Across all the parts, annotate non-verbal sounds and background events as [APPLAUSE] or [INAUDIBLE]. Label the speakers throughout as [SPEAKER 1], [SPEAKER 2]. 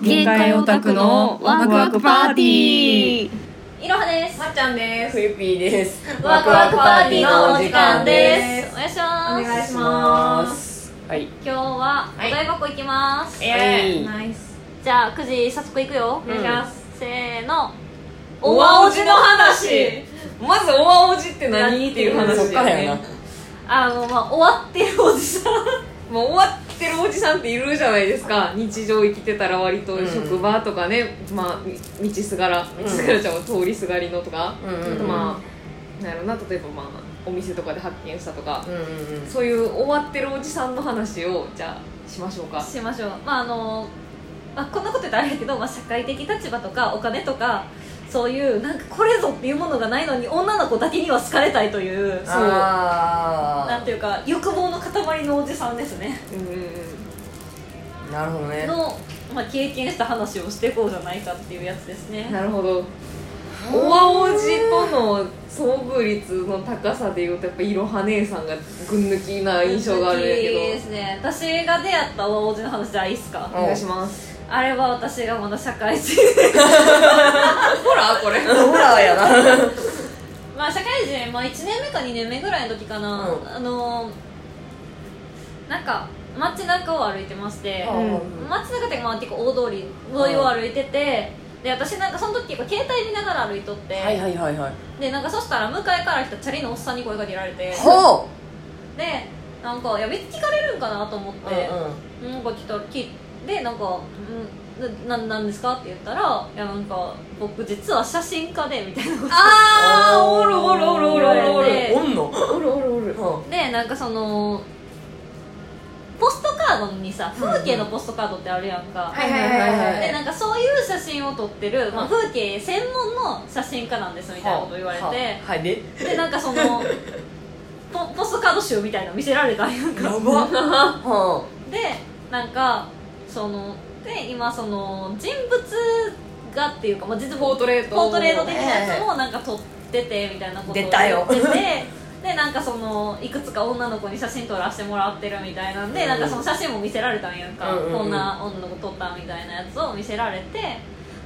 [SPEAKER 1] 限界オタクのワクワクパーティー
[SPEAKER 2] いろはです
[SPEAKER 3] まっちゃんです。冬ピーです。
[SPEAKER 2] ワクワクパーティーのお時間ですお
[SPEAKER 3] お
[SPEAKER 2] 願いします
[SPEAKER 3] 願いします。はい。
[SPEAKER 2] 今日はお
[SPEAKER 3] はい
[SPEAKER 2] 台箱行きます、
[SPEAKER 3] ええ
[SPEAKER 2] ナイスじゃあ9時早速行くよお
[SPEAKER 3] 願いします
[SPEAKER 2] せーの
[SPEAKER 3] おわおじの話。まずおわおじって何っていう話だよね。
[SPEAKER 2] あのまあ終わってるおじさん [LAUGHS]
[SPEAKER 3] もう終わってるおじさんっているじゃないですか。日常生きてたら割と職場とかね、まあみ道すがら、道すがらちゃんは通りすがりのとか、
[SPEAKER 4] うんうんうん
[SPEAKER 3] あとまあなんやろな例えばまあお店とかで発見したとか
[SPEAKER 4] う、んうんうん
[SPEAKER 3] そういう終わってるおじさんの話をじゃあしましょうか。
[SPEAKER 2] しましょうまああの、まあ、こんなこと言ったらあれやけど、まあ、社会的立場とかお金とかそういうなんかこれぞっていうものがないのに女の子だけには好かれたいという
[SPEAKER 3] そう
[SPEAKER 4] あ
[SPEAKER 2] なんていうか欲望の塊のおじさんですね
[SPEAKER 3] うんうんうん
[SPEAKER 4] ーなるほどね
[SPEAKER 2] の、まあ、経験した話をしていこうじゃないかっていうやつですね
[SPEAKER 3] なるほどおわおじとの遭遇率の高さでいうとやっぱいろは姉さんが群抜きな印象があるんや
[SPEAKER 2] いいで
[SPEAKER 3] け
[SPEAKER 2] すね私が出会ったお王子の話じゃあいいっすか
[SPEAKER 3] どお願いします
[SPEAKER 2] あれは私がまだ社会人 [LAUGHS] で
[SPEAKER 3] ほらこれ
[SPEAKER 4] ホラーやな
[SPEAKER 2] まあ社会人、まあ、1年目か2年目ぐらいの時かな、
[SPEAKER 4] うん
[SPEAKER 2] あのーなんか街中を歩いてまして、
[SPEAKER 3] ん
[SPEAKER 2] 街中ってまあ結構大通り沿いを歩いてて、で私なんかその時携帯見ながら歩いとって、
[SPEAKER 4] はいはいはいはい
[SPEAKER 2] でなんかそしたら向かいから来たチャリのおっさんに声かけられてで
[SPEAKER 4] ほ
[SPEAKER 2] なんかいやめっちゃ聞かれるんかなと思って、
[SPEAKER 4] ううん
[SPEAKER 2] なんか来たきでなんか「うんなななんですか?」って言ったら「いやなんか僕実は写真家で」みたいなこと
[SPEAKER 3] あ
[SPEAKER 2] [LAUGHS]
[SPEAKER 3] ーおるおるおるおるおるおる
[SPEAKER 2] で
[SPEAKER 4] おんの
[SPEAKER 3] おるおるおる
[SPEAKER 2] でなんかそのポストカードにさ風景のポストカードってあるやんか、
[SPEAKER 3] いはいはいはい
[SPEAKER 2] でなんかそういう写真を撮ってる、まあ、風景専門の写真家なんですみたいなこと言われて、
[SPEAKER 4] はいで
[SPEAKER 2] でなんかその
[SPEAKER 3] [LAUGHS]
[SPEAKER 2] ポポストカード集みたいなの見せられたんやんか
[SPEAKER 4] ばは
[SPEAKER 2] でなんかそので今その人物画っていうか、まあ、実
[SPEAKER 3] ポートレート
[SPEAKER 2] ポートレート的なやつもなんか撮っててみたいなことを
[SPEAKER 4] 出たよ
[SPEAKER 2] 言っててでなんかそのいくつか女の子に写真撮らせてもらってるみたいなんで、
[SPEAKER 4] うん
[SPEAKER 2] なんかその写真も見せられたんやんか、
[SPEAKER 4] うんうんうん
[SPEAKER 2] こんな女の子撮ったみたいなやつを見せられて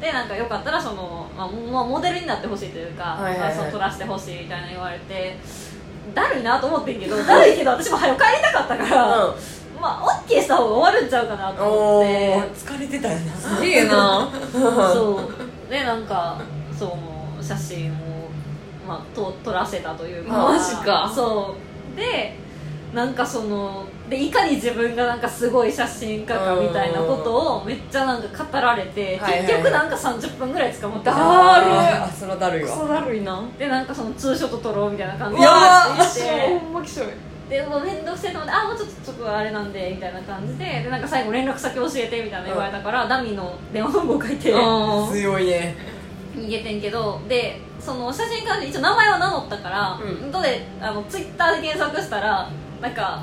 [SPEAKER 2] でなんかよかったらその、まあまあ、モデルになってほしいというか、
[SPEAKER 4] はいはいはい
[SPEAKER 2] その撮らせてほしいみたいな言われてだるいなと思ってんけどだるいけど私も早く帰りたかったから、
[SPEAKER 4] う
[SPEAKER 2] まあ、オッケーした方が終わるんちゃうかなと
[SPEAKER 4] ん
[SPEAKER 2] 思
[SPEAKER 4] お
[SPEAKER 2] っ
[SPEAKER 4] ー
[SPEAKER 2] て
[SPEAKER 4] 疲れてたよな
[SPEAKER 3] すげえな
[SPEAKER 2] そうでなんかそうもう写真を、まあ、と撮らせたというか
[SPEAKER 3] マジか
[SPEAKER 2] そうでなんかそのでいかに自分がなんかすごい写真家かみたいなことをめっちゃなんか語られて
[SPEAKER 4] はいはい
[SPEAKER 2] 結局なんか30分ぐらい捕まってた
[SPEAKER 3] だるい
[SPEAKER 4] あーあそれはだるい
[SPEAKER 3] ク
[SPEAKER 4] わ
[SPEAKER 3] ソだるいな
[SPEAKER 2] でなんかそのツーショット撮ろうみたいな感じ
[SPEAKER 4] うわ
[SPEAKER 2] なっ
[SPEAKER 3] き
[SPEAKER 2] て
[SPEAKER 3] しょいほんまきしょい
[SPEAKER 2] でもう面倒くせえと思ってあもうちょっとちょっとあれなんでみたいな感じででなんか最後連絡先教えてみたいな言われたから、ダミーの電話番号書いて逃
[SPEAKER 3] うん
[SPEAKER 4] 強いね
[SPEAKER 2] げてんけどでその写真家で一応名前は名乗ったから、
[SPEAKER 4] うん
[SPEAKER 2] どであのツイッターで検索したらなんか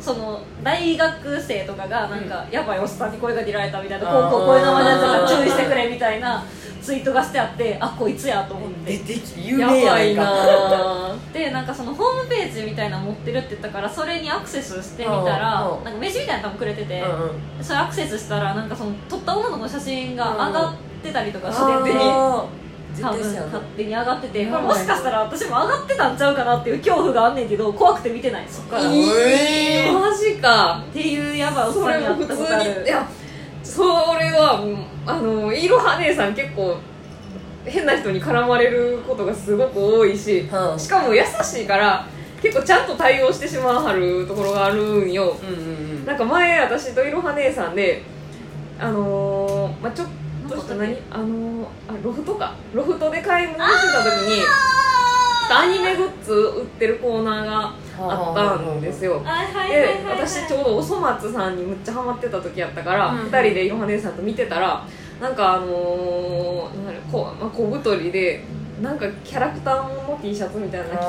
[SPEAKER 2] その大学生とかがなんか、やばいおっさんに声がけられたみたいなこうこうこういう名前のやつだから注意してくれみたいなツイートがしてあってあこいつやと思って
[SPEAKER 4] 出てきて有
[SPEAKER 3] や
[SPEAKER 4] 名や
[SPEAKER 3] ば
[SPEAKER 4] ない
[SPEAKER 3] い
[SPEAKER 4] か
[SPEAKER 3] な
[SPEAKER 2] でなんかそのホームページみたいなの持ってるって言ったからそれにアクセスしてみたら
[SPEAKER 4] うんうん
[SPEAKER 2] なんか飯みたいなの多分くれてて
[SPEAKER 4] うんうん
[SPEAKER 2] それアクセスしたらなんかその撮った女の子の写真が上がってたりとかして
[SPEAKER 4] あ
[SPEAKER 2] て
[SPEAKER 4] ー絶
[SPEAKER 2] 多
[SPEAKER 4] 対そ
[SPEAKER 2] 分
[SPEAKER 4] うやな
[SPEAKER 2] 勝手に上がってて
[SPEAKER 3] や
[SPEAKER 2] こ
[SPEAKER 3] ば
[SPEAKER 2] れ
[SPEAKER 3] い
[SPEAKER 2] もしかしたら私も上がってたんちゃうかなっていう恐怖があんねんけど怖くて見てないそっからっ
[SPEAKER 3] えーマジか
[SPEAKER 2] ていうやばいおっ
[SPEAKER 3] そ
[SPEAKER 2] さん
[SPEAKER 3] れ
[SPEAKER 2] に
[SPEAKER 3] も
[SPEAKER 2] 会
[SPEAKER 3] 普
[SPEAKER 2] った
[SPEAKER 3] 通
[SPEAKER 2] ことあ
[SPEAKER 3] にい
[SPEAKER 2] る
[SPEAKER 3] やそれはうんあのいろは姉さん結構変な人に絡まれることがすごく多いし
[SPEAKER 4] うん
[SPEAKER 3] しかも優しいから結構ちゃんと対応してしまわはるところがあるんよ
[SPEAKER 4] うんうん
[SPEAKER 3] なんか前私といろは姉さんであのーまあちょっとした
[SPEAKER 2] なん
[SPEAKER 3] 何
[SPEAKER 2] か
[SPEAKER 3] あのーあロフトかロフトで買い物してた時にアニメグッズ売ってるコーナーがあったんですよ
[SPEAKER 2] あはいはいはい
[SPEAKER 3] で
[SPEAKER 2] はい
[SPEAKER 3] 私ちょうどおそ松さんにむっちゃハマってた時やったから、
[SPEAKER 4] うん
[SPEAKER 3] 二2人でいろは姉さんと見てたらなんかあのー、なんだろうこうまあ、小太りでなんかキャラクターの T シャツみたいなの着
[SPEAKER 2] うん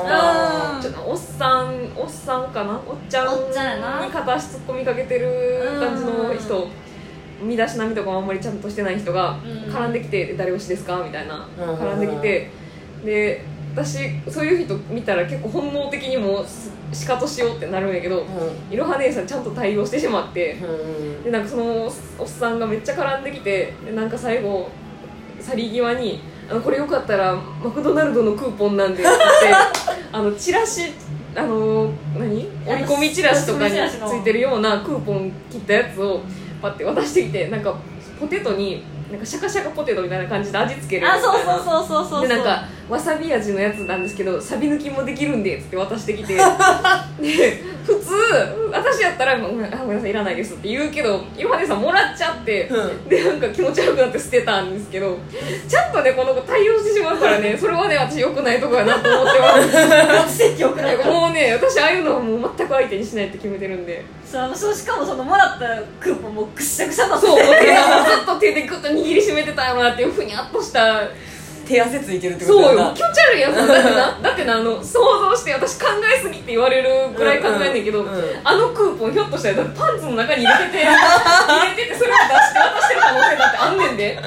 [SPEAKER 3] たちょっとおっさんおっさんかなおっちゃん
[SPEAKER 2] おっちゃんやな
[SPEAKER 3] に片足突っ込みかけてる感じの人身だしなみとかもあんまりちゃんとしてない人が
[SPEAKER 2] うん
[SPEAKER 3] 絡んできて「誰推しですか?」みたいな
[SPEAKER 4] うん
[SPEAKER 3] 絡んできてで私そういう人見たら結構本能的にもすシカトしようってなるんやけど
[SPEAKER 4] う
[SPEAKER 3] いろは姉さんちゃんと対応してしまって
[SPEAKER 4] んうん
[SPEAKER 3] でなんかそのおっさんがめっちゃ絡んできてでなんか最後去り際に「あのこれよかったらマクドナルドのクーポンなんで」って言って [LAUGHS] あのチラシあの何折り込みチラシとかについてるようなクーポン切ったやつをパッて渡してきてなんかポテトになんかシャカシャカポテトみたいな感じで味付ける
[SPEAKER 2] あそうそうそうそうそうそう
[SPEAKER 3] でなんかわさび味のやつなんですけどサビ抜きもできるんでっつって渡して
[SPEAKER 2] [LAUGHS]
[SPEAKER 3] きてで普通私やったらごめんあごめんなさいいらないですって言うけどいろはねさんもらっちゃって、
[SPEAKER 4] う
[SPEAKER 3] でなんか気持ち悪くなって捨てたんですけどちゃんとねこの子対応してしまうからねそれはね私良くないとこやなと思って
[SPEAKER 2] [LAUGHS]
[SPEAKER 3] ま
[SPEAKER 2] 奇跡をくらい
[SPEAKER 3] すもうね私ああいうのはもう全く相手にしないって決めてるんで
[SPEAKER 2] そうそうしかもそのもらったクーポンもくっしゃくしゃだった
[SPEAKER 3] そうもう手で [LAUGHS] ずっと手でグッと握りしめてたよなっていうふにゃっとした
[SPEAKER 4] 手汗ついてるってこと
[SPEAKER 3] そ
[SPEAKER 4] だ
[SPEAKER 3] う
[SPEAKER 4] な
[SPEAKER 3] よ気持ち悪いやつ
[SPEAKER 4] [LAUGHS]
[SPEAKER 3] だってなだってなあの想像して私考えすぎって言われるぐらい考えんねんけど、
[SPEAKER 4] うんうん
[SPEAKER 3] あのクーポンひょっとしたらパンツの中に入れてて
[SPEAKER 4] [LAUGHS]
[SPEAKER 3] 入れててそれを出して渡してる可能性だってあんねんで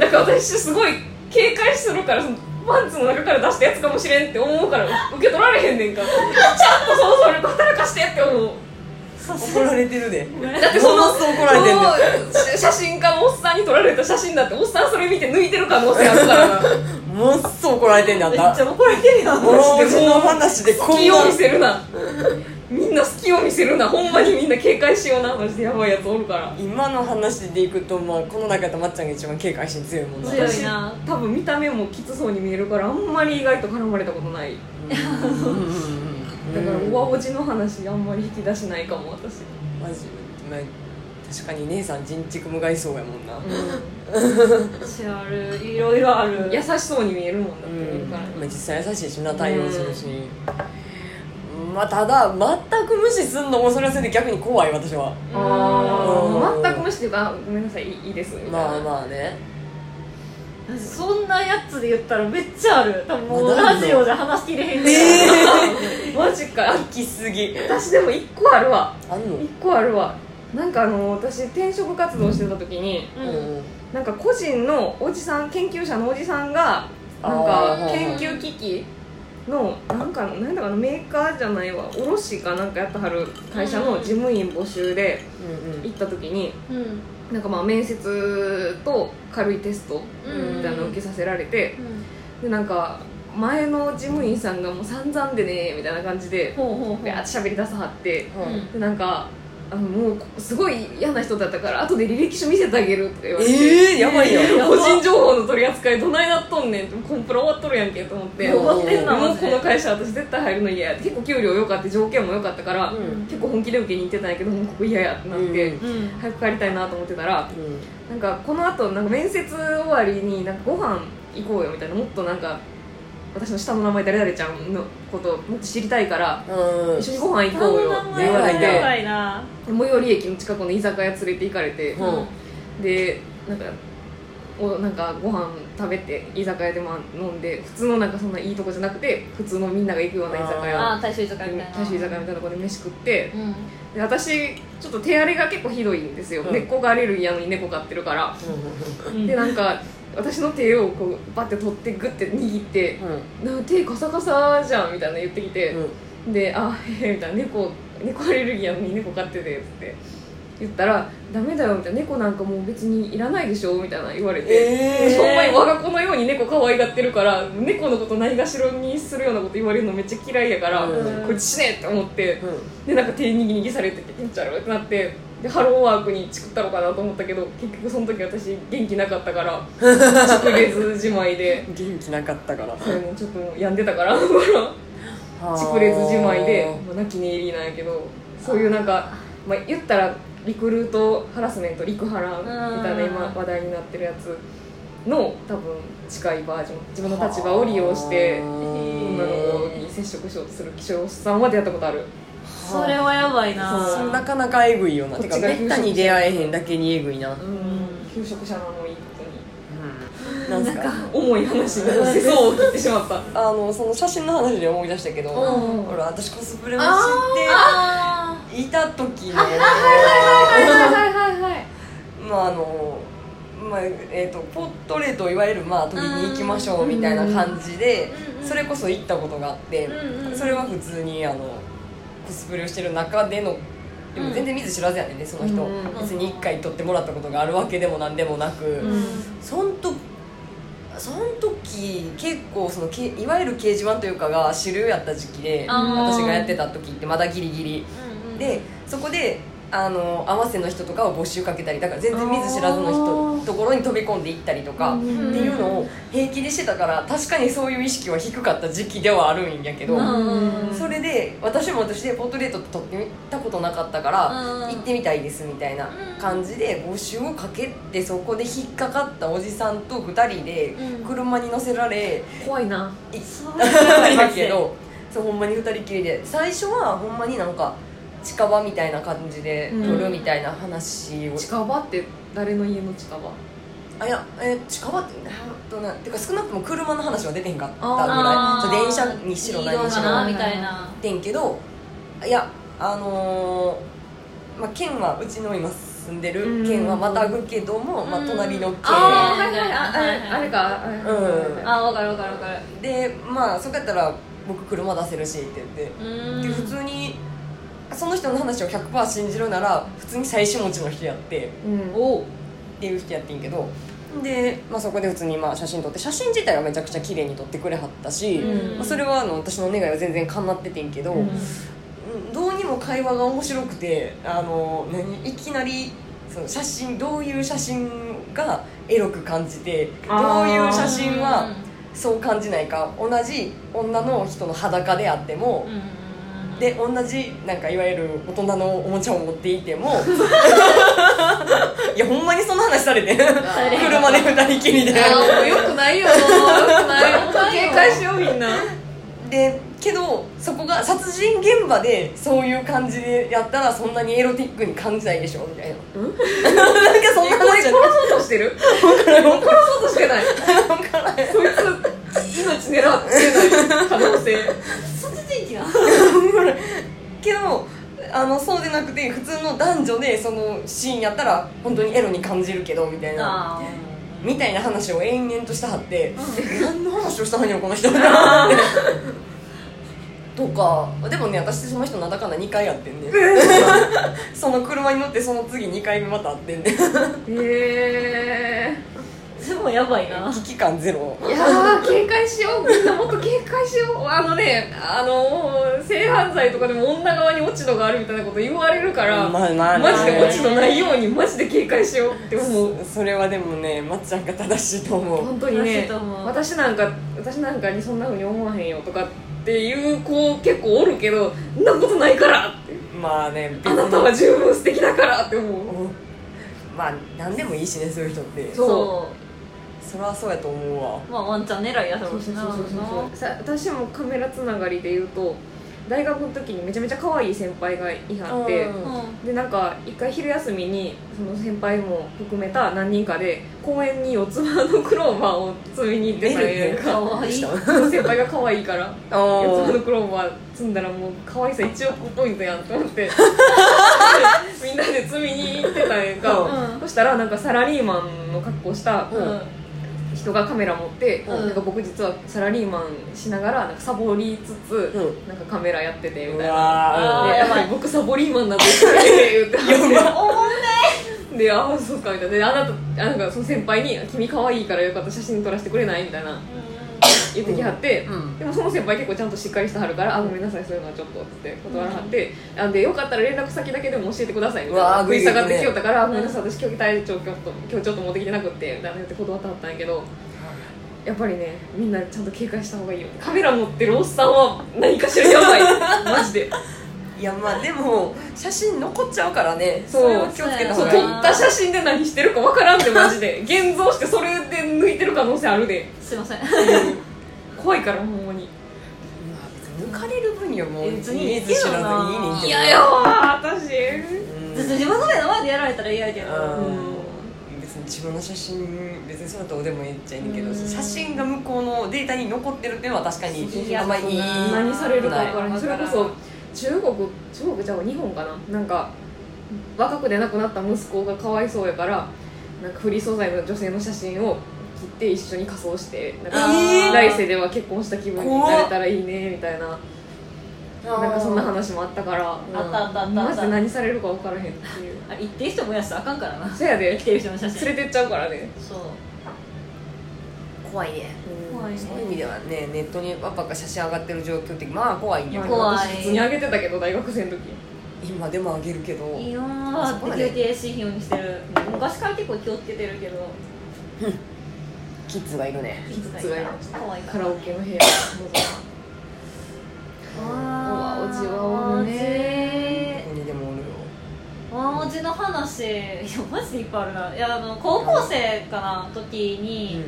[SPEAKER 3] だから私すごい警戒するからそのパンツの中から出したやつかもしれんって思うから受け取られへんねんからちゃんと想像力働かしてって思う
[SPEAKER 2] そうそう
[SPEAKER 4] 怒られてるで
[SPEAKER 3] だってその
[SPEAKER 4] ものすごい怒られてんねん
[SPEAKER 3] その写真家のおっさんに撮られた写真だっておっさんそれ見て抜いてる可能性あるからな
[SPEAKER 4] ものすごい怒られてんねんあん
[SPEAKER 2] めっち
[SPEAKER 4] た
[SPEAKER 2] ゃ怒られてるよ
[SPEAKER 4] もうその話でこん
[SPEAKER 3] 隙
[SPEAKER 4] な
[SPEAKER 3] を見せるなみんな隙を見せるなほんまにみんな警戒しようなマジでやばいやつおるから
[SPEAKER 4] 今の話でいくと、まあ、この中やったらまっちゃんが一番警戒心強いもんな
[SPEAKER 2] 強いな
[SPEAKER 3] 多分見た目もきつそうに見えるからあんまり意外と絡まれたことないだか
[SPEAKER 4] だ
[SPEAKER 3] らおわおじの話あんまり引き出しないかも私
[SPEAKER 4] マジ、まあ、確かに姉さん人畜無害そうやもんな、
[SPEAKER 2] 私あるいろいろある
[SPEAKER 3] 優しそうに見えるもんだって見るか
[SPEAKER 4] ま
[SPEAKER 3] ら
[SPEAKER 4] あ、実際優しいしな対応するし、まあただ全く無視すんのもそれはそれで逆に怖い私は
[SPEAKER 3] あ
[SPEAKER 4] うん
[SPEAKER 3] あ全く無視っていうかあごめんなさいいいいいですみたいな、
[SPEAKER 4] まあまあね
[SPEAKER 2] そんなやつで言ったらめっちゃある多分もう
[SPEAKER 4] まだある
[SPEAKER 2] ラ
[SPEAKER 4] の
[SPEAKER 2] ジオで話聞いてへんけど、
[SPEAKER 3] マジか
[SPEAKER 4] 行き過ぎ
[SPEAKER 3] 私でも1個あるわ
[SPEAKER 4] あんの
[SPEAKER 3] 1個あるわなんかあの私転職活動してた時に、
[SPEAKER 2] うん
[SPEAKER 3] なんか個人のおじさん研究者のおじさんがなん
[SPEAKER 4] あ
[SPEAKER 3] か
[SPEAKER 4] ー
[SPEAKER 3] 研究機器のなんかなんだかなメーカーじゃないわ卸かなんかやってはる会社の事務員募集で
[SPEAKER 4] うん
[SPEAKER 3] 行った時に
[SPEAKER 2] うん
[SPEAKER 3] なんかまあ面接と軽いテストみたいなのを受けさせられてでなんか前の事務員さんがもう散々でねみたいな感じで
[SPEAKER 2] ほうほうほう
[SPEAKER 3] ビャーって喋り出さはって
[SPEAKER 4] うんうん
[SPEAKER 3] でなんかあのもうすごい嫌な人だったから後で履歴書見せてあげるって言われて。
[SPEAKER 4] ええやばいやん
[SPEAKER 2] や
[SPEAKER 3] 個
[SPEAKER 2] ば
[SPEAKER 3] 人情報の取り扱いどないなっとんねんってコンプラ終わっとるやんけと思って
[SPEAKER 4] うん
[SPEAKER 3] もう
[SPEAKER 2] 終わってんなマジ
[SPEAKER 3] こ
[SPEAKER 2] で
[SPEAKER 3] の会社私絶対入るの嫌や結構給料良かった条件も良かったから、
[SPEAKER 4] うん
[SPEAKER 3] 結構本気で受けに行ってたんやけどもうここ嫌やってなって、
[SPEAKER 4] うん
[SPEAKER 2] うん
[SPEAKER 3] 早く帰りたいなと思ってたら
[SPEAKER 4] うん
[SPEAKER 3] なんかこの後なんか面接終わりになんかご飯行こうよみたいなもっとなんか私の下の名前誰々ちゃんのことをもっと知りたいから
[SPEAKER 4] うん
[SPEAKER 3] 一緒にご飯行こうよって言われ
[SPEAKER 4] そんな名前
[SPEAKER 3] て
[SPEAKER 4] は
[SPEAKER 2] や
[SPEAKER 4] や
[SPEAKER 2] ばいな
[SPEAKER 3] 最寄り駅の近くの居酒屋連れて行かれて、
[SPEAKER 4] うん
[SPEAKER 3] でなんかおなんかご飯食べて居酒屋でまあ飲んで普通のなんかそんないいとこじゃなくて普通のみんなが行くような居酒
[SPEAKER 2] あ
[SPEAKER 3] 屋
[SPEAKER 2] あ大衆居酒屋みたいな
[SPEAKER 3] 大衆居酒屋みたいなとこで飯食って
[SPEAKER 2] うん
[SPEAKER 3] で私ちょっと手荒れが結構ひどいんですよ、
[SPEAKER 4] うん
[SPEAKER 3] 根っこがアレルギーなのに猫飼ってるから、でなんか私の手をこうバッて取ってグッて握って
[SPEAKER 4] う
[SPEAKER 3] 「
[SPEAKER 4] ん
[SPEAKER 3] な手カサカサじゃん」みたいなの言ってきて、
[SPEAKER 4] うん
[SPEAKER 3] で「あへえ」みたいな猫「猫アレルギーやのに猫飼ってて」っつって言ったら「ダメだよ」みたいな「猫なんかもう別にいらないでしょ」みたいな言われて、
[SPEAKER 4] ええ
[SPEAKER 3] ほんまに我が子のように猫可愛がってるから猫のことないがしろにするようなこと言われるのめっちゃ嫌いやから、
[SPEAKER 4] うん
[SPEAKER 3] こいつ死ねって思って
[SPEAKER 4] う
[SPEAKER 3] で
[SPEAKER 4] ん
[SPEAKER 3] なんか手にぎにぎされてて気持ち悪いってなってでハローワークにチクったのかなと思ったけど結局その時私元気なかったから
[SPEAKER 4] [LAUGHS]
[SPEAKER 3] チクれずじまいで
[SPEAKER 4] 元気なかったから
[SPEAKER 3] それもちょっともう病んでたからだからチクれずじまいで、まあ、泣き寝入りなんやけどそういうなんか、まあ、言ったらリクルートハラスメントリクハラみたいな
[SPEAKER 2] うん
[SPEAKER 3] 今話題になってるやつの多分近いバージョン自分の立場を利用して
[SPEAKER 4] はあ
[SPEAKER 3] 女の子に接触しようとする気象さんは出会ったことある
[SPEAKER 2] それはやばいな
[SPEAKER 4] そうなかなかえぐいよ
[SPEAKER 3] こ
[SPEAKER 4] な
[SPEAKER 3] ってちが
[SPEAKER 4] かめったに出会えへんだけにえぐいな、うん、
[SPEAKER 3] 求職者なのにいいこと
[SPEAKER 4] なんすか
[SPEAKER 3] に重い話になってそうを切ってしまった
[SPEAKER 4] あのその写真の話で思い出したけど、
[SPEAKER 3] うん
[SPEAKER 4] ほら私コスプレを
[SPEAKER 2] あ
[SPEAKER 4] していた時の
[SPEAKER 3] はいはいはいはいはい
[SPEAKER 4] まああのまあえー、とポットレートいわゆる、まあ、撮りに行きましょうみたいな感じで、
[SPEAKER 2] うんうん
[SPEAKER 4] それこそ行ったことがあって、
[SPEAKER 2] うんうん
[SPEAKER 4] それは普通にあのコスプレをしてる中でのでも全然見ず知らずやねんねその人、
[SPEAKER 3] うん
[SPEAKER 4] 別に1回撮ってもらったことがあるわけでも何でもなく、
[SPEAKER 3] うん
[SPEAKER 4] そんとその時結構そのけいわゆる掲示板というかが主流やった時期で
[SPEAKER 2] あー
[SPEAKER 4] 私がやってた時ってまだギリギリでそこであの合わせの人とかを募集かけたりだから全然見ず知らずの
[SPEAKER 3] あ
[SPEAKER 4] 人
[SPEAKER 3] ー
[SPEAKER 4] ところに飛び込んでいったりとか、
[SPEAKER 3] うん
[SPEAKER 4] っていうのを平気でしてたから確かにそういう意識は低かった時期ではあるんやけど、
[SPEAKER 3] うん
[SPEAKER 4] それで私も私でポートレートって撮ってみたことなかったから、
[SPEAKER 2] 行
[SPEAKER 4] 行ってみたいですみたいな感じで募集をかけてそこで引っかかったおじさんと2人で
[SPEAKER 2] うん
[SPEAKER 4] 車に乗せられ
[SPEAKER 3] 怖いな
[SPEAKER 4] 行っ
[SPEAKER 2] そう
[SPEAKER 4] たんだけどそうほんまに2人きりで最初はほんまになんか近場みたいな感じで撮るみたいな話を、
[SPEAKER 3] 近場って誰の家の近場
[SPEAKER 4] あいや、えー近場ってなんとなてか少なくとも車の話は出てへんかったぐ
[SPEAKER 3] あ
[SPEAKER 4] らいそう電車にしろ何にし
[SPEAKER 3] 移動
[SPEAKER 4] ろ
[SPEAKER 3] がな
[SPEAKER 4] 出
[SPEAKER 2] みたいな
[SPEAKER 4] てんけどいやあのーまあ、県はうちの今住んでる県はまたぐけども、
[SPEAKER 2] うん
[SPEAKER 4] まあ、隣の県
[SPEAKER 3] ああ
[SPEAKER 2] ー
[SPEAKER 3] はいはいあああれかあ
[SPEAKER 4] うん
[SPEAKER 2] あ分かる分かる分かる
[SPEAKER 4] でまあそこやったら僕車出せるしって言って、で普通にその人の話を100%信じるなら普通に妻子持ちの人やって。
[SPEAKER 3] うん
[SPEAKER 2] お
[SPEAKER 4] っていう人やってんけどで、まあ、そこで普通にまあ写真撮って写真自体はめちゃくちゃ綺麗に撮ってくれはったし、
[SPEAKER 3] うん
[SPEAKER 4] まあ、それはあの私のお願いは全然かなっててんけど、
[SPEAKER 3] うん
[SPEAKER 4] うんどうにも会話が面白くてあの何いきなりその写真どういう写真がエロく感じてどう
[SPEAKER 3] あー
[SPEAKER 4] いう写真はそう感じないか同じ女の人の裸であっても。で同じなんかいわゆる大人のおもちゃを持ってい
[SPEAKER 3] [LAUGHS]
[SPEAKER 4] てもいやほんまにそんな話されて車で二人きりで
[SPEAKER 3] ああよくないよよくないよ [LAUGHS] 警戒しようみ [LAUGHS] んな
[SPEAKER 4] でけどそこが殺人現場でそういう感じでやったらそんなにエロティックに感じないでしょみたいななんかそんな
[SPEAKER 3] これ
[SPEAKER 4] 話
[SPEAKER 3] 殺
[SPEAKER 4] じゃない
[SPEAKER 3] そうとしてる殺そうとしてないそいつ命狙ってない可能性
[SPEAKER 2] 殺人鬼な
[SPEAKER 4] けどあのそうでなくて普通の男女でそのシーンやったら本当にエロに感じるけどみたいな
[SPEAKER 2] あ
[SPEAKER 4] みたいな話を延々としたはって、
[SPEAKER 2] う
[SPEAKER 4] 何の話をしたのよこの
[SPEAKER 2] [LAUGHS]
[SPEAKER 4] 人とかでもね私その人なんだかんだ2回やってんね [LAUGHS] その車に乗ってその次2回目また会ってんね
[SPEAKER 3] へえ
[SPEAKER 2] でもやばいな
[SPEAKER 4] 危機感ゼロ
[SPEAKER 3] いやー警戒しようみんなもっと警戒しようあのねあの性犯罪とかでも女側に落ち度があるみたいなこと言われるから、
[SPEAKER 4] まあまあね
[SPEAKER 3] マジで落ち度ないようにマジで警戒しようって思う
[SPEAKER 4] そそれはでもねまっちゃんが正しいと思う
[SPEAKER 3] 本当に
[SPEAKER 2] 正しい
[SPEAKER 3] ね
[SPEAKER 2] と思う
[SPEAKER 3] 私なんか私なんかにそんなふうに思わへんよとかっていう子結構おるけどそんなことないからって
[SPEAKER 4] まあね別
[SPEAKER 3] あなたは十分素敵だからって思う
[SPEAKER 4] うんまあ何でもいいしねそういう人って
[SPEAKER 3] そう
[SPEAKER 4] そりゃそうやと思うわ
[SPEAKER 2] まあワンちゃん狙いやろうしな
[SPEAKER 3] さ私もカメラつながりで言うと大学の時にめちゃめちゃ可愛い先輩がいはって、
[SPEAKER 4] うん
[SPEAKER 3] でなんか一回昼休みにその先輩も含めた何人かで公園に四つ葉のクローバーを摘みに行ってたんやん
[SPEAKER 4] 出るね
[SPEAKER 3] か
[SPEAKER 2] かわいい
[SPEAKER 4] どうした
[SPEAKER 3] その先輩が可愛いから四つ葉
[SPEAKER 4] お
[SPEAKER 3] のクローバー摘んだらもう可愛さ1億ポイントやんと思って
[SPEAKER 4] [LAUGHS]
[SPEAKER 3] みんなで摘みに行ってたんやん
[SPEAKER 4] う
[SPEAKER 3] か、
[SPEAKER 2] ん
[SPEAKER 3] そしたらなんかサラリーマンの格好した
[SPEAKER 4] うん
[SPEAKER 3] 人がカメラ持って、
[SPEAKER 4] う
[SPEAKER 3] な
[SPEAKER 4] ん
[SPEAKER 3] んか僕実はサラリーマンしながらなんかサボりつつ、
[SPEAKER 4] うん
[SPEAKER 3] なんかカメラやっててみ
[SPEAKER 4] う
[SPEAKER 3] たいな。
[SPEAKER 4] わ
[SPEAKER 2] あ
[SPEAKER 4] ー
[SPEAKER 2] ー
[SPEAKER 3] で
[SPEAKER 2] やばい
[SPEAKER 3] 僕サボリーマンなんですって言って
[SPEAKER 2] おもんね
[SPEAKER 3] で「ああそうか」みたいなであなたあなんかその先輩に「君可愛いからよかったら写真撮らせてくれない?」みたいな言ってきはって、
[SPEAKER 4] うん
[SPEAKER 3] でもその先輩結構ちゃんとしっかりしてはるから「あごめんなさいそういうのはちょっと」って断らはって、あで「よかったら連絡先だけでも教えてください」みたいうな
[SPEAKER 4] わー
[SPEAKER 3] 食い下がっ
[SPEAKER 4] グ
[SPEAKER 3] て
[SPEAKER 4] イグ
[SPEAKER 3] きよ
[SPEAKER 4] イ行くね
[SPEAKER 3] ったから「ごめんなさい私今日隊長今日と今日ちょっと持ってきてなくって」みたいな言って断ってはったんやけど。やっぱりね、みんなちゃんと警戒した方がいいよカメラ持ってるおっさんは何かしらやばい
[SPEAKER 4] [LAUGHS]
[SPEAKER 3] マジで
[SPEAKER 4] いやまあでも写真残っちゃうからね
[SPEAKER 3] そう
[SPEAKER 4] れを気をつけた
[SPEAKER 3] そう
[SPEAKER 4] 方がいい
[SPEAKER 3] 撮った写真で何してるか分からんでマジで現像してそれで抜いてる可能性あるです
[SPEAKER 2] いません
[SPEAKER 3] 怖いからほんまに
[SPEAKER 4] まあ別に抜かれる分にはもう
[SPEAKER 2] 別にいいけ
[SPEAKER 4] 見ず知
[SPEAKER 2] ど
[SPEAKER 4] ら
[SPEAKER 2] な
[SPEAKER 4] ずにいいねんけど
[SPEAKER 2] い
[SPEAKER 3] 嫌よー私
[SPEAKER 4] うん
[SPEAKER 2] 自分の目の前でやられたら嫌やけど
[SPEAKER 4] う
[SPEAKER 3] うんん
[SPEAKER 4] 別に自分の写真別にそれはどうでもいいっちゃいいねんけど
[SPEAKER 2] うん
[SPEAKER 4] 写真が向こうのデータに残ってるっていうのは確かに
[SPEAKER 2] そうそうそう
[SPEAKER 4] あんまりいい
[SPEAKER 3] 何されるか分から
[SPEAKER 2] な
[SPEAKER 3] ないいそれこそ中国中国じゃあ日本かななんか若くで亡くなった息子がかわいそうやからなんかフリー素材の女性の写真を切って一緒に仮装してなんか
[SPEAKER 4] あー
[SPEAKER 3] 来世では結婚した気分になれたらいいねみたいななんかそんな話もあったから
[SPEAKER 2] あったあったあったあ
[SPEAKER 3] マ
[SPEAKER 2] っ
[SPEAKER 3] ジ
[SPEAKER 2] た
[SPEAKER 3] で何されるか分からへんっていう
[SPEAKER 2] あれ行ってる人もやしたらあかんからな
[SPEAKER 3] そやで
[SPEAKER 2] 生きてる人の写真
[SPEAKER 3] 連れてっちゃうからね
[SPEAKER 2] そう
[SPEAKER 4] 怖いね
[SPEAKER 2] 怖いね
[SPEAKER 4] そういう意味ではねネットにパパが写真上がってる状況ってまあ怖いんやけど
[SPEAKER 2] 怖い
[SPEAKER 3] 私普通にあげてたけど大学生の時
[SPEAKER 4] 今でも上げるけど
[SPEAKER 2] いいよーって休憩しひんようにしてる昔から結構気をつけてるけど
[SPEAKER 4] キッズがいるね
[SPEAKER 2] いつか
[SPEAKER 3] つがいい
[SPEAKER 2] 怖いか
[SPEAKER 3] カ
[SPEAKER 2] ら
[SPEAKER 3] ラオケの部屋の
[SPEAKER 2] わー
[SPEAKER 3] おわおじはおる
[SPEAKER 4] ここにでもおるよ
[SPEAKER 2] わおじの話いやマジでいっぱいあるないやあの高校生かな時に、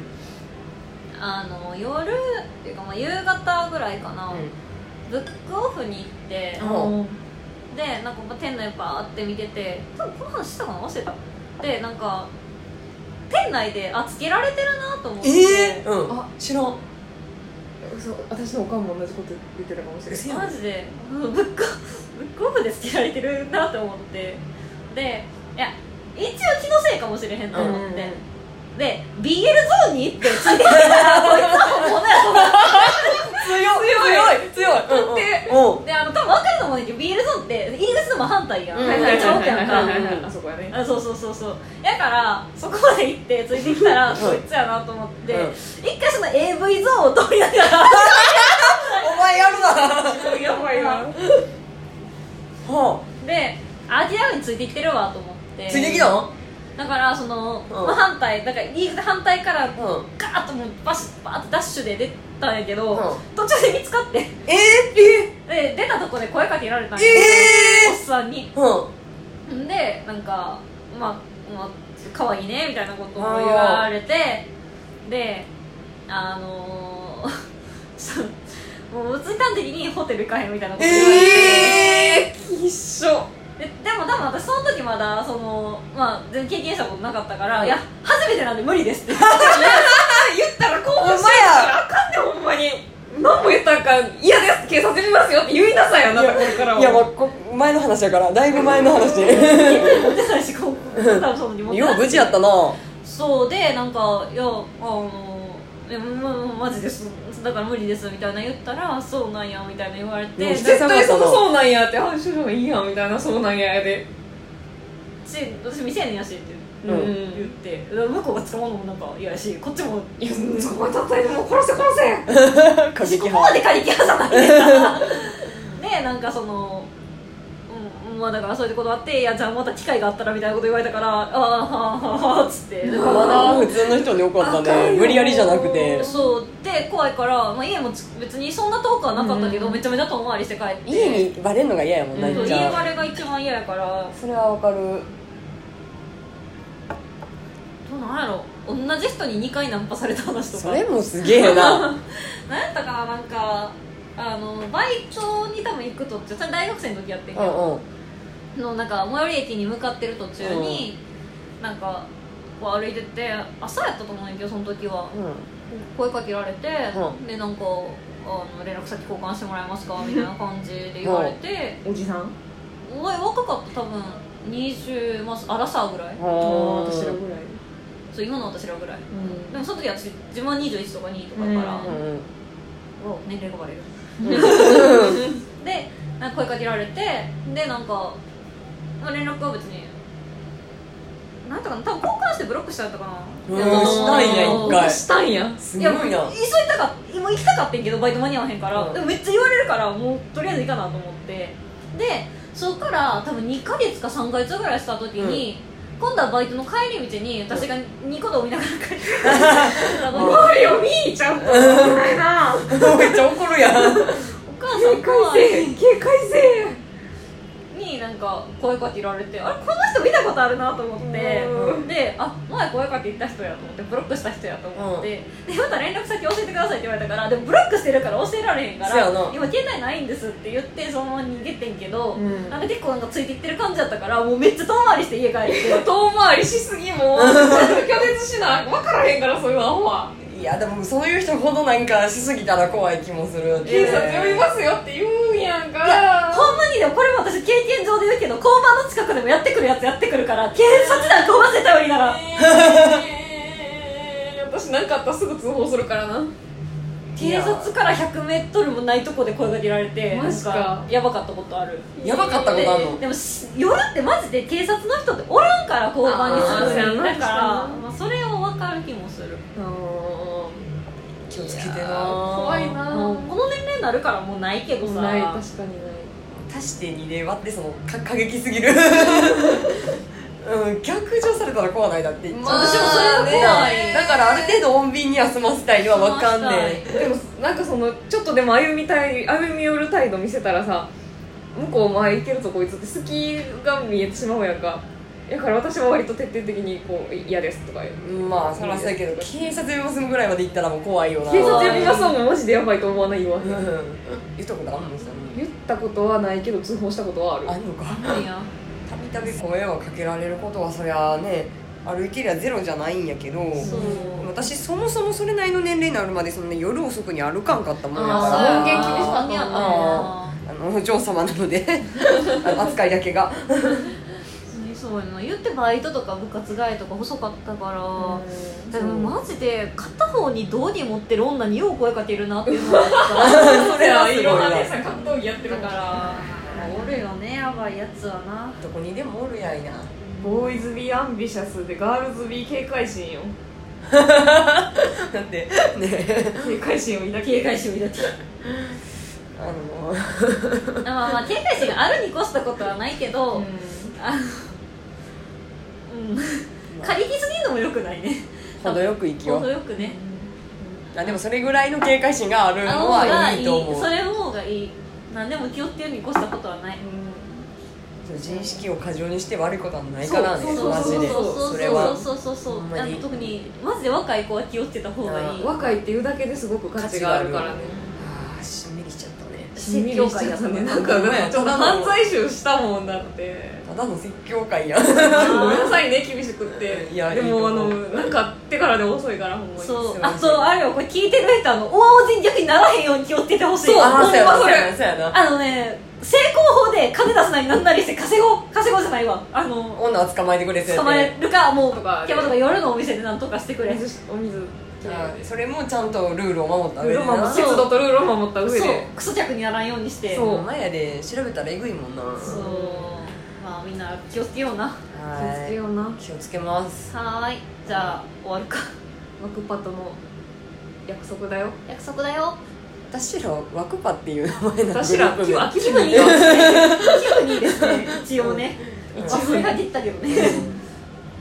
[SPEAKER 2] あの夜っていうかまあ夕方ぐらいかな、ブックオフに行って、
[SPEAKER 4] うん
[SPEAKER 2] でなんかまあ店内バーって見てて多分この話したかな忘れたでなんか店内であつけられてるなと思って、
[SPEAKER 4] えーうん
[SPEAKER 3] あ
[SPEAKER 4] 知らん
[SPEAKER 3] そう私のおかんも同じこと言ってたかもしれない
[SPEAKER 4] せや
[SPEAKER 2] マ
[SPEAKER 4] ん
[SPEAKER 2] ジでうんブックブックオフで捨てられてるなと思ってでいや一応気のせいかもしれへんと思って、で BL ゾーンに行ってついてるからこいつはもうね
[SPEAKER 4] 強い強い強いうんうんうん
[SPEAKER 2] であの多分分かると思うんだけど BL ゾーンってイギリスのも反対やん、
[SPEAKER 4] うん
[SPEAKER 2] めっちゃ多くやんか、
[SPEAKER 4] うん
[SPEAKER 3] あそこやね
[SPEAKER 2] あそうそうそうそうやからそこまで行ってついてきたら
[SPEAKER 4] ん
[SPEAKER 2] こいつやなと思って、
[SPEAKER 4] うん
[SPEAKER 2] 一回その AV ゾーンを取りながら
[SPEAKER 4] お前やるなは
[SPEAKER 3] やばいな
[SPEAKER 4] あ
[SPEAKER 2] でアジアについてきてるわと思って
[SPEAKER 4] ついてきたの
[SPEAKER 2] だからその、
[SPEAKER 4] ん
[SPEAKER 2] まあ反対だからリーグで反対から
[SPEAKER 4] うん
[SPEAKER 2] ガーッともうバシッバーッとダッシュで出たんやけど、
[SPEAKER 4] うん
[SPEAKER 2] 途中で見つかって [LAUGHS]
[SPEAKER 4] ええ
[SPEAKER 2] で出たとこで声かけられたんや、
[SPEAKER 4] え
[SPEAKER 2] おっさんに
[SPEAKER 4] ーうん
[SPEAKER 2] んでなんかまあまあ可愛いねみたいなことを言われてであのー [LAUGHS] そうもう移った的にホテル行かへんみたいなこと言われて、
[SPEAKER 4] え
[SPEAKER 3] 一緒
[SPEAKER 2] ででも多分私その時まだそのまあ全然経験したことなかったから、
[SPEAKER 4] うん
[SPEAKER 2] いや初めてなんで無理ですって言ったらこう
[SPEAKER 4] ーほんまや
[SPEAKER 3] なんでほんまに何も言ったんか嫌です警察にいますよって言いなさいよあなたこれからはい
[SPEAKER 4] や、まあ、こ前の話やからだいぶ前の話 [LAUGHS]
[SPEAKER 2] 持ってないしこう多分その時持って
[SPEAKER 4] よ
[SPEAKER 2] な
[SPEAKER 4] う
[SPEAKER 2] い
[SPEAKER 4] 無事やったな
[SPEAKER 2] そうでなんか「いやあのいやまマジですだから無理です」みたいな言ったら「そうなんや」みたいな言われ
[SPEAKER 4] もう
[SPEAKER 2] て
[SPEAKER 4] し
[SPEAKER 2] ち
[SPEAKER 4] て
[SPEAKER 3] 絶対そのそうなんやってあ一緒の方がいいやんみたいなそうなんややで
[SPEAKER 2] 私未成年やしって
[SPEAKER 4] うん
[SPEAKER 2] 言ってだから向こうが捕まるのもなんか嫌やしこっちも
[SPEAKER 3] いやそこまでたったもう殺せ殺せ
[SPEAKER 4] 過激
[SPEAKER 2] ここま
[SPEAKER 4] 派
[SPEAKER 2] で借りきはさ
[SPEAKER 4] [LAUGHS]
[SPEAKER 2] ないですかでなんかそのうんまあだからそういうことあって「いやじゃあまた機会があったら」みたいなこと言われたから「ああはあはあはあ」っつって
[SPEAKER 4] まだ普通の人でよかったね無理やりじゃなくて
[SPEAKER 2] そうで怖いから、まあ、家もつ別にそんな遠くはなかったけど、めちゃめちゃ遠回りして帰って
[SPEAKER 4] 家にバレんのが嫌やもんな、
[SPEAKER 3] う
[SPEAKER 4] い
[SPEAKER 3] ん
[SPEAKER 2] そう
[SPEAKER 4] っち
[SPEAKER 2] 家
[SPEAKER 4] ゃん
[SPEAKER 2] 割れが一番嫌やから
[SPEAKER 4] それはわかる
[SPEAKER 2] どうなんやろ同じ人に2回ナンパされた話とか
[SPEAKER 4] それもすげえな
[SPEAKER 2] 何やったかななんかあのバイトに多分行く途中それ大学生の時やってん
[SPEAKER 4] う
[SPEAKER 2] けど、
[SPEAKER 4] んうん
[SPEAKER 2] のなんか最寄り駅に向かってる途中に、なんかこう歩いてて朝やったと思うんやけどその時は
[SPEAKER 4] うん
[SPEAKER 2] 声かけられて、
[SPEAKER 4] う
[SPEAKER 2] でなんかあの連絡先交換してもらえますかみたいな感じで言われて、
[SPEAKER 3] おじさん
[SPEAKER 2] お前若かった多分20まあアラサーぐらい
[SPEAKER 4] あ
[SPEAKER 3] 私ら
[SPEAKER 4] ー
[SPEAKER 3] ぐらい
[SPEAKER 2] そう今の私らぐらいで
[SPEAKER 3] う
[SPEAKER 2] もその時私自分は21とか2とかやから、
[SPEAKER 3] う
[SPEAKER 4] うんんうん
[SPEAKER 2] お年齢がバレる
[SPEAKER 4] うん
[SPEAKER 2] [LAUGHS] でなんか声かけられてでなんかまあ連絡は別になんとかな多分交換してブロックしたんやったかな
[SPEAKER 4] うんしたんや一回
[SPEAKER 3] したんや
[SPEAKER 4] す
[SPEAKER 2] い
[SPEAKER 4] ご
[SPEAKER 2] や
[SPEAKER 4] いな
[SPEAKER 2] もう急いたかっもう行きたかったんやけどバイト間に合わへんから、
[SPEAKER 4] うん
[SPEAKER 2] でもめっちゃ言われるからもうとりあえず行かなと思ってでそこから多分2ヶ月か3ヶ月ぐらいした時に、今度はバイトの帰り道に私がニコ動見ながら
[SPEAKER 4] [LAUGHS]
[SPEAKER 2] 帰ってきたのに
[SPEAKER 3] おいおみーちゃんとないな
[SPEAKER 4] めっちゃ怒るや
[SPEAKER 2] お
[SPEAKER 4] ん
[SPEAKER 2] 母さん
[SPEAKER 3] 警
[SPEAKER 2] 怖
[SPEAKER 3] 戒
[SPEAKER 2] い
[SPEAKER 3] せ警戒せ
[SPEAKER 2] になんか声かけられてあれこの人見たことあるなと思って
[SPEAKER 3] う
[SPEAKER 2] であ前声かけ行った人やと思ってブロックした人やと思って、でまた連絡先教えてくださいって言われたからでもブロックしてるから教えられへんか
[SPEAKER 4] そや
[SPEAKER 2] ら
[SPEAKER 4] な
[SPEAKER 2] 今携帯ないんですって言ってそのまま逃げてんけど、
[SPEAKER 3] うん
[SPEAKER 2] なんか結構なんかついていってる感じやったからもうめっちゃ遠回りして家帰って
[SPEAKER 3] 遠回りしすぎもう拒絶しな分からへんからそういうアホはい
[SPEAKER 4] やでもそういう人ほどなんかしすぎたら怖い気もする
[SPEAKER 3] 警察呼びますよって言うんやなん
[SPEAKER 2] いや
[SPEAKER 3] か
[SPEAKER 2] ほんまにでもこれも私経験上で言うけど交番の近くでもやってくるやつやってくるから警察だ交番絶対よりなら
[SPEAKER 3] えー私なんかあったらすぐ通報するからな
[SPEAKER 2] 警察から 100m もないとこで声かけられて
[SPEAKER 3] マジか
[SPEAKER 2] なんやばかったことある
[SPEAKER 4] やばかったことあんの
[SPEAKER 2] でもし夜ってマジで警察の人っておらんから交番にす
[SPEAKER 3] あー
[SPEAKER 2] ぐ
[SPEAKER 3] そう
[SPEAKER 2] に
[SPEAKER 3] やな
[SPEAKER 2] だか
[SPEAKER 3] そう
[SPEAKER 2] ら
[SPEAKER 3] やな
[SPEAKER 2] まあ、それを分かる気もする
[SPEAKER 4] 気をつけてない
[SPEAKER 3] やー怖いな
[SPEAKER 2] もうこの年齢になるからもうないけどさ
[SPEAKER 3] ない確かにない
[SPEAKER 4] 足して2で割ってそのか過激す
[SPEAKER 3] [LAUGHS]
[SPEAKER 4] ぎるうん逆上されたら怖ないだって言っちゃう、
[SPEAKER 3] まあ私もそれは
[SPEAKER 2] 怖い
[SPEAKER 4] だからある程度穏便に休ませたいのは分かんね
[SPEAKER 3] でもなんかそのちょっとでも歩みたい歩み寄る態度見せたらさ向こう前行けるぞこいつって隙が見えてしまうやんかだから私も割と徹底的にこう嫌ですとか言う
[SPEAKER 4] えまあそりゃそうやけど警察呼びますぐらいまで行ったらもう怖いよな
[SPEAKER 3] 警察呼びますもんマジでやばいと思わないわ
[SPEAKER 4] うん [LAUGHS] 言ったことあんのさ
[SPEAKER 3] 言ったことはないけど通報したことはある
[SPEAKER 4] あんのか
[SPEAKER 2] なんや
[SPEAKER 4] たびたび声をかけられることはそりゃね歩いてりゃゼロじゃないんやけど
[SPEAKER 2] そう
[SPEAKER 4] 私そもそもそれなりの年齢になるまでそんな夜遅くに歩かんかったもんや
[SPEAKER 3] あーそう
[SPEAKER 4] から
[SPEAKER 3] や厳
[SPEAKER 2] 厳禁
[SPEAKER 3] 禁で
[SPEAKER 2] でし
[SPEAKER 3] したた
[SPEAKER 2] ね
[SPEAKER 3] ね
[SPEAKER 2] あ
[SPEAKER 4] あのお嬢様なので [LAUGHS] あの扱いだけが
[SPEAKER 2] ーそうやな言ってバイトとか部活帰りとか細かったから、でもマジで片方に胴に持ってる女によう声かけるなっていうのがあっ
[SPEAKER 4] [LAUGHS] それはすごいわ
[SPEAKER 3] さ格闘技やって
[SPEAKER 2] ただからおるよねやばいやつはな
[SPEAKER 4] どこにでもおるやいな
[SPEAKER 3] ボーイズビーアンビシャスでガールズビー警戒心よ
[SPEAKER 4] だってね
[SPEAKER 3] 警戒心を抱き
[SPEAKER 2] 警戒心を抱き
[SPEAKER 4] あの
[SPEAKER 2] あまあまあ警戒心があるに越したことはないけど、あのうん借りきすぎるのもよくないね
[SPEAKER 4] 程よく生きよ
[SPEAKER 2] 程
[SPEAKER 4] う
[SPEAKER 2] よくね
[SPEAKER 4] あでもそれぐらいの警戒心がある
[SPEAKER 2] あの
[SPEAKER 4] の
[SPEAKER 2] 方が
[SPEAKER 4] はい
[SPEAKER 2] い
[SPEAKER 4] い
[SPEAKER 2] い
[SPEAKER 4] と思う
[SPEAKER 2] それの方がいい何でも気負ってるに越したことはない
[SPEAKER 4] 自意識を過剰にして悪いことはないからね
[SPEAKER 2] そうそう
[SPEAKER 4] マ
[SPEAKER 2] そ
[SPEAKER 4] ジ
[SPEAKER 2] う
[SPEAKER 4] で
[SPEAKER 2] そうそうそう
[SPEAKER 4] それは
[SPEAKER 2] そうそうそう
[SPEAKER 4] ほんま
[SPEAKER 2] あ
[SPEAKER 4] に
[SPEAKER 2] の特にマジで若い子は気をつけた方がいい
[SPEAKER 3] 若いっていうだけですごく価値があるからね
[SPEAKER 4] あーしんみりしちゃったね
[SPEAKER 2] 説教会だったね
[SPEAKER 3] なんかねちょっと犯
[SPEAKER 4] 犯
[SPEAKER 3] 罪
[SPEAKER 4] 罪
[SPEAKER 3] 集したもんだって
[SPEAKER 4] [LAUGHS] ただの説教会やん
[SPEAKER 3] ごめんなさいね厳しくって
[SPEAKER 4] いや
[SPEAKER 3] で
[SPEAKER 4] いいと
[SPEAKER 3] もあ
[SPEAKER 4] 思
[SPEAKER 3] の
[SPEAKER 4] う
[SPEAKER 3] なんかあってからでも遅いからほんまに
[SPEAKER 2] そう
[SPEAKER 4] すいません
[SPEAKER 2] あそうあれよこれ聞いてくれたの大人逆にならへんように気をつけてほしい
[SPEAKER 4] そうあーそうやな
[SPEAKER 2] [LAUGHS] ほんま
[SPEAKER 4] そう
[SPEAKER 2] れ
[SPEAKER 4] やなそうやな
[SPEAKER 2] あのね正攻法で金出さないなんなりして稼ごう稼ごうじゃないわあの
[SPEAKER 4] 女を捕まえてくれて
[SPEAKER 2] 捕まえるかもう
[SPEAKER 3] とか
[SPEAKER 2] キャバとか夜のお店でなんとかしてく
[SPEAKER 3] お
[SPEAKER 2] れ
[SPEAKER 3] 水お水
[SPEAKER 4] あーそれもちゃんとルールを守った
[SPEAKER 3] ルー
[SPEAKER 4] 上
[SPEAKER 3] ル
[SPEAKER 4] で
[SPEAKER 3] を守っ
[SPEAKER 4] な
[SPEAKER 3] 節度とルールを守った
[SPEAKER 2] そう
[SPEAKER 3] 上で
[SPEAKER 2] クソ客にならんようにして
[SPEAKER 3] そう
[SPEAKER 4] お前やで調べたらえぐいもんな
[SPEAKER 2] そうまあみんな気をつけような
[SPEAKER 4] は
[SPEAKER 3] 必
[SPEAKER 4] い
[SPEAKER 3] 要な
[SPEAKER 4] 気をつけます
[SPEAKER 2] はーいじゃあ終わるか
[SPEAKER 3] マクパとの約束だよ
[SPEAKER 2] 約束だよ
[SPEAKER 4] 私らワクパっていう名前なん
[SPEAKER 3] 私ら気分あ気分いい
[SPEAKER 2] 気
[SPEAKER 3] よ
[SPEAKER 2] 分にいいですね [LAUGHS] 一応ね
[SPEAKER 4] うん
[SPEAKER 2] 忘れかけてたけどね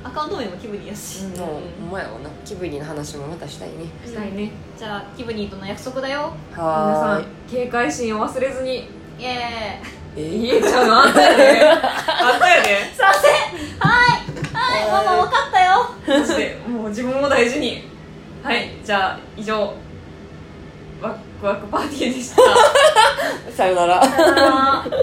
[SPEAKER 2] アカウント名も気分にやし
[SPEAKER 4] もうお前はな気分の話もまたしたいね
[SPEAKER 3] したいね
[SPEAKER 2] じゃあ気分にとの約束だよ
[SPEAKER 3] 皆さ
[SPEAKER 4] は
[SPEAKER 3] ん警戒心を忘れずに
[SPEAKER 2] イエーイ
[SPEAKER 4] ーいえ
[SPEAKER 3] 家ちゃうのあんたやであんたやです
[SPEAKER 2] いませんはいはいママ分かったよ
[SPEAKER 3] マジでもう自分も大事にはいじゃあ以上ワックワクパーティーでした
[SPEAKER 4] さよなら
[SPEAKER 2] さよなら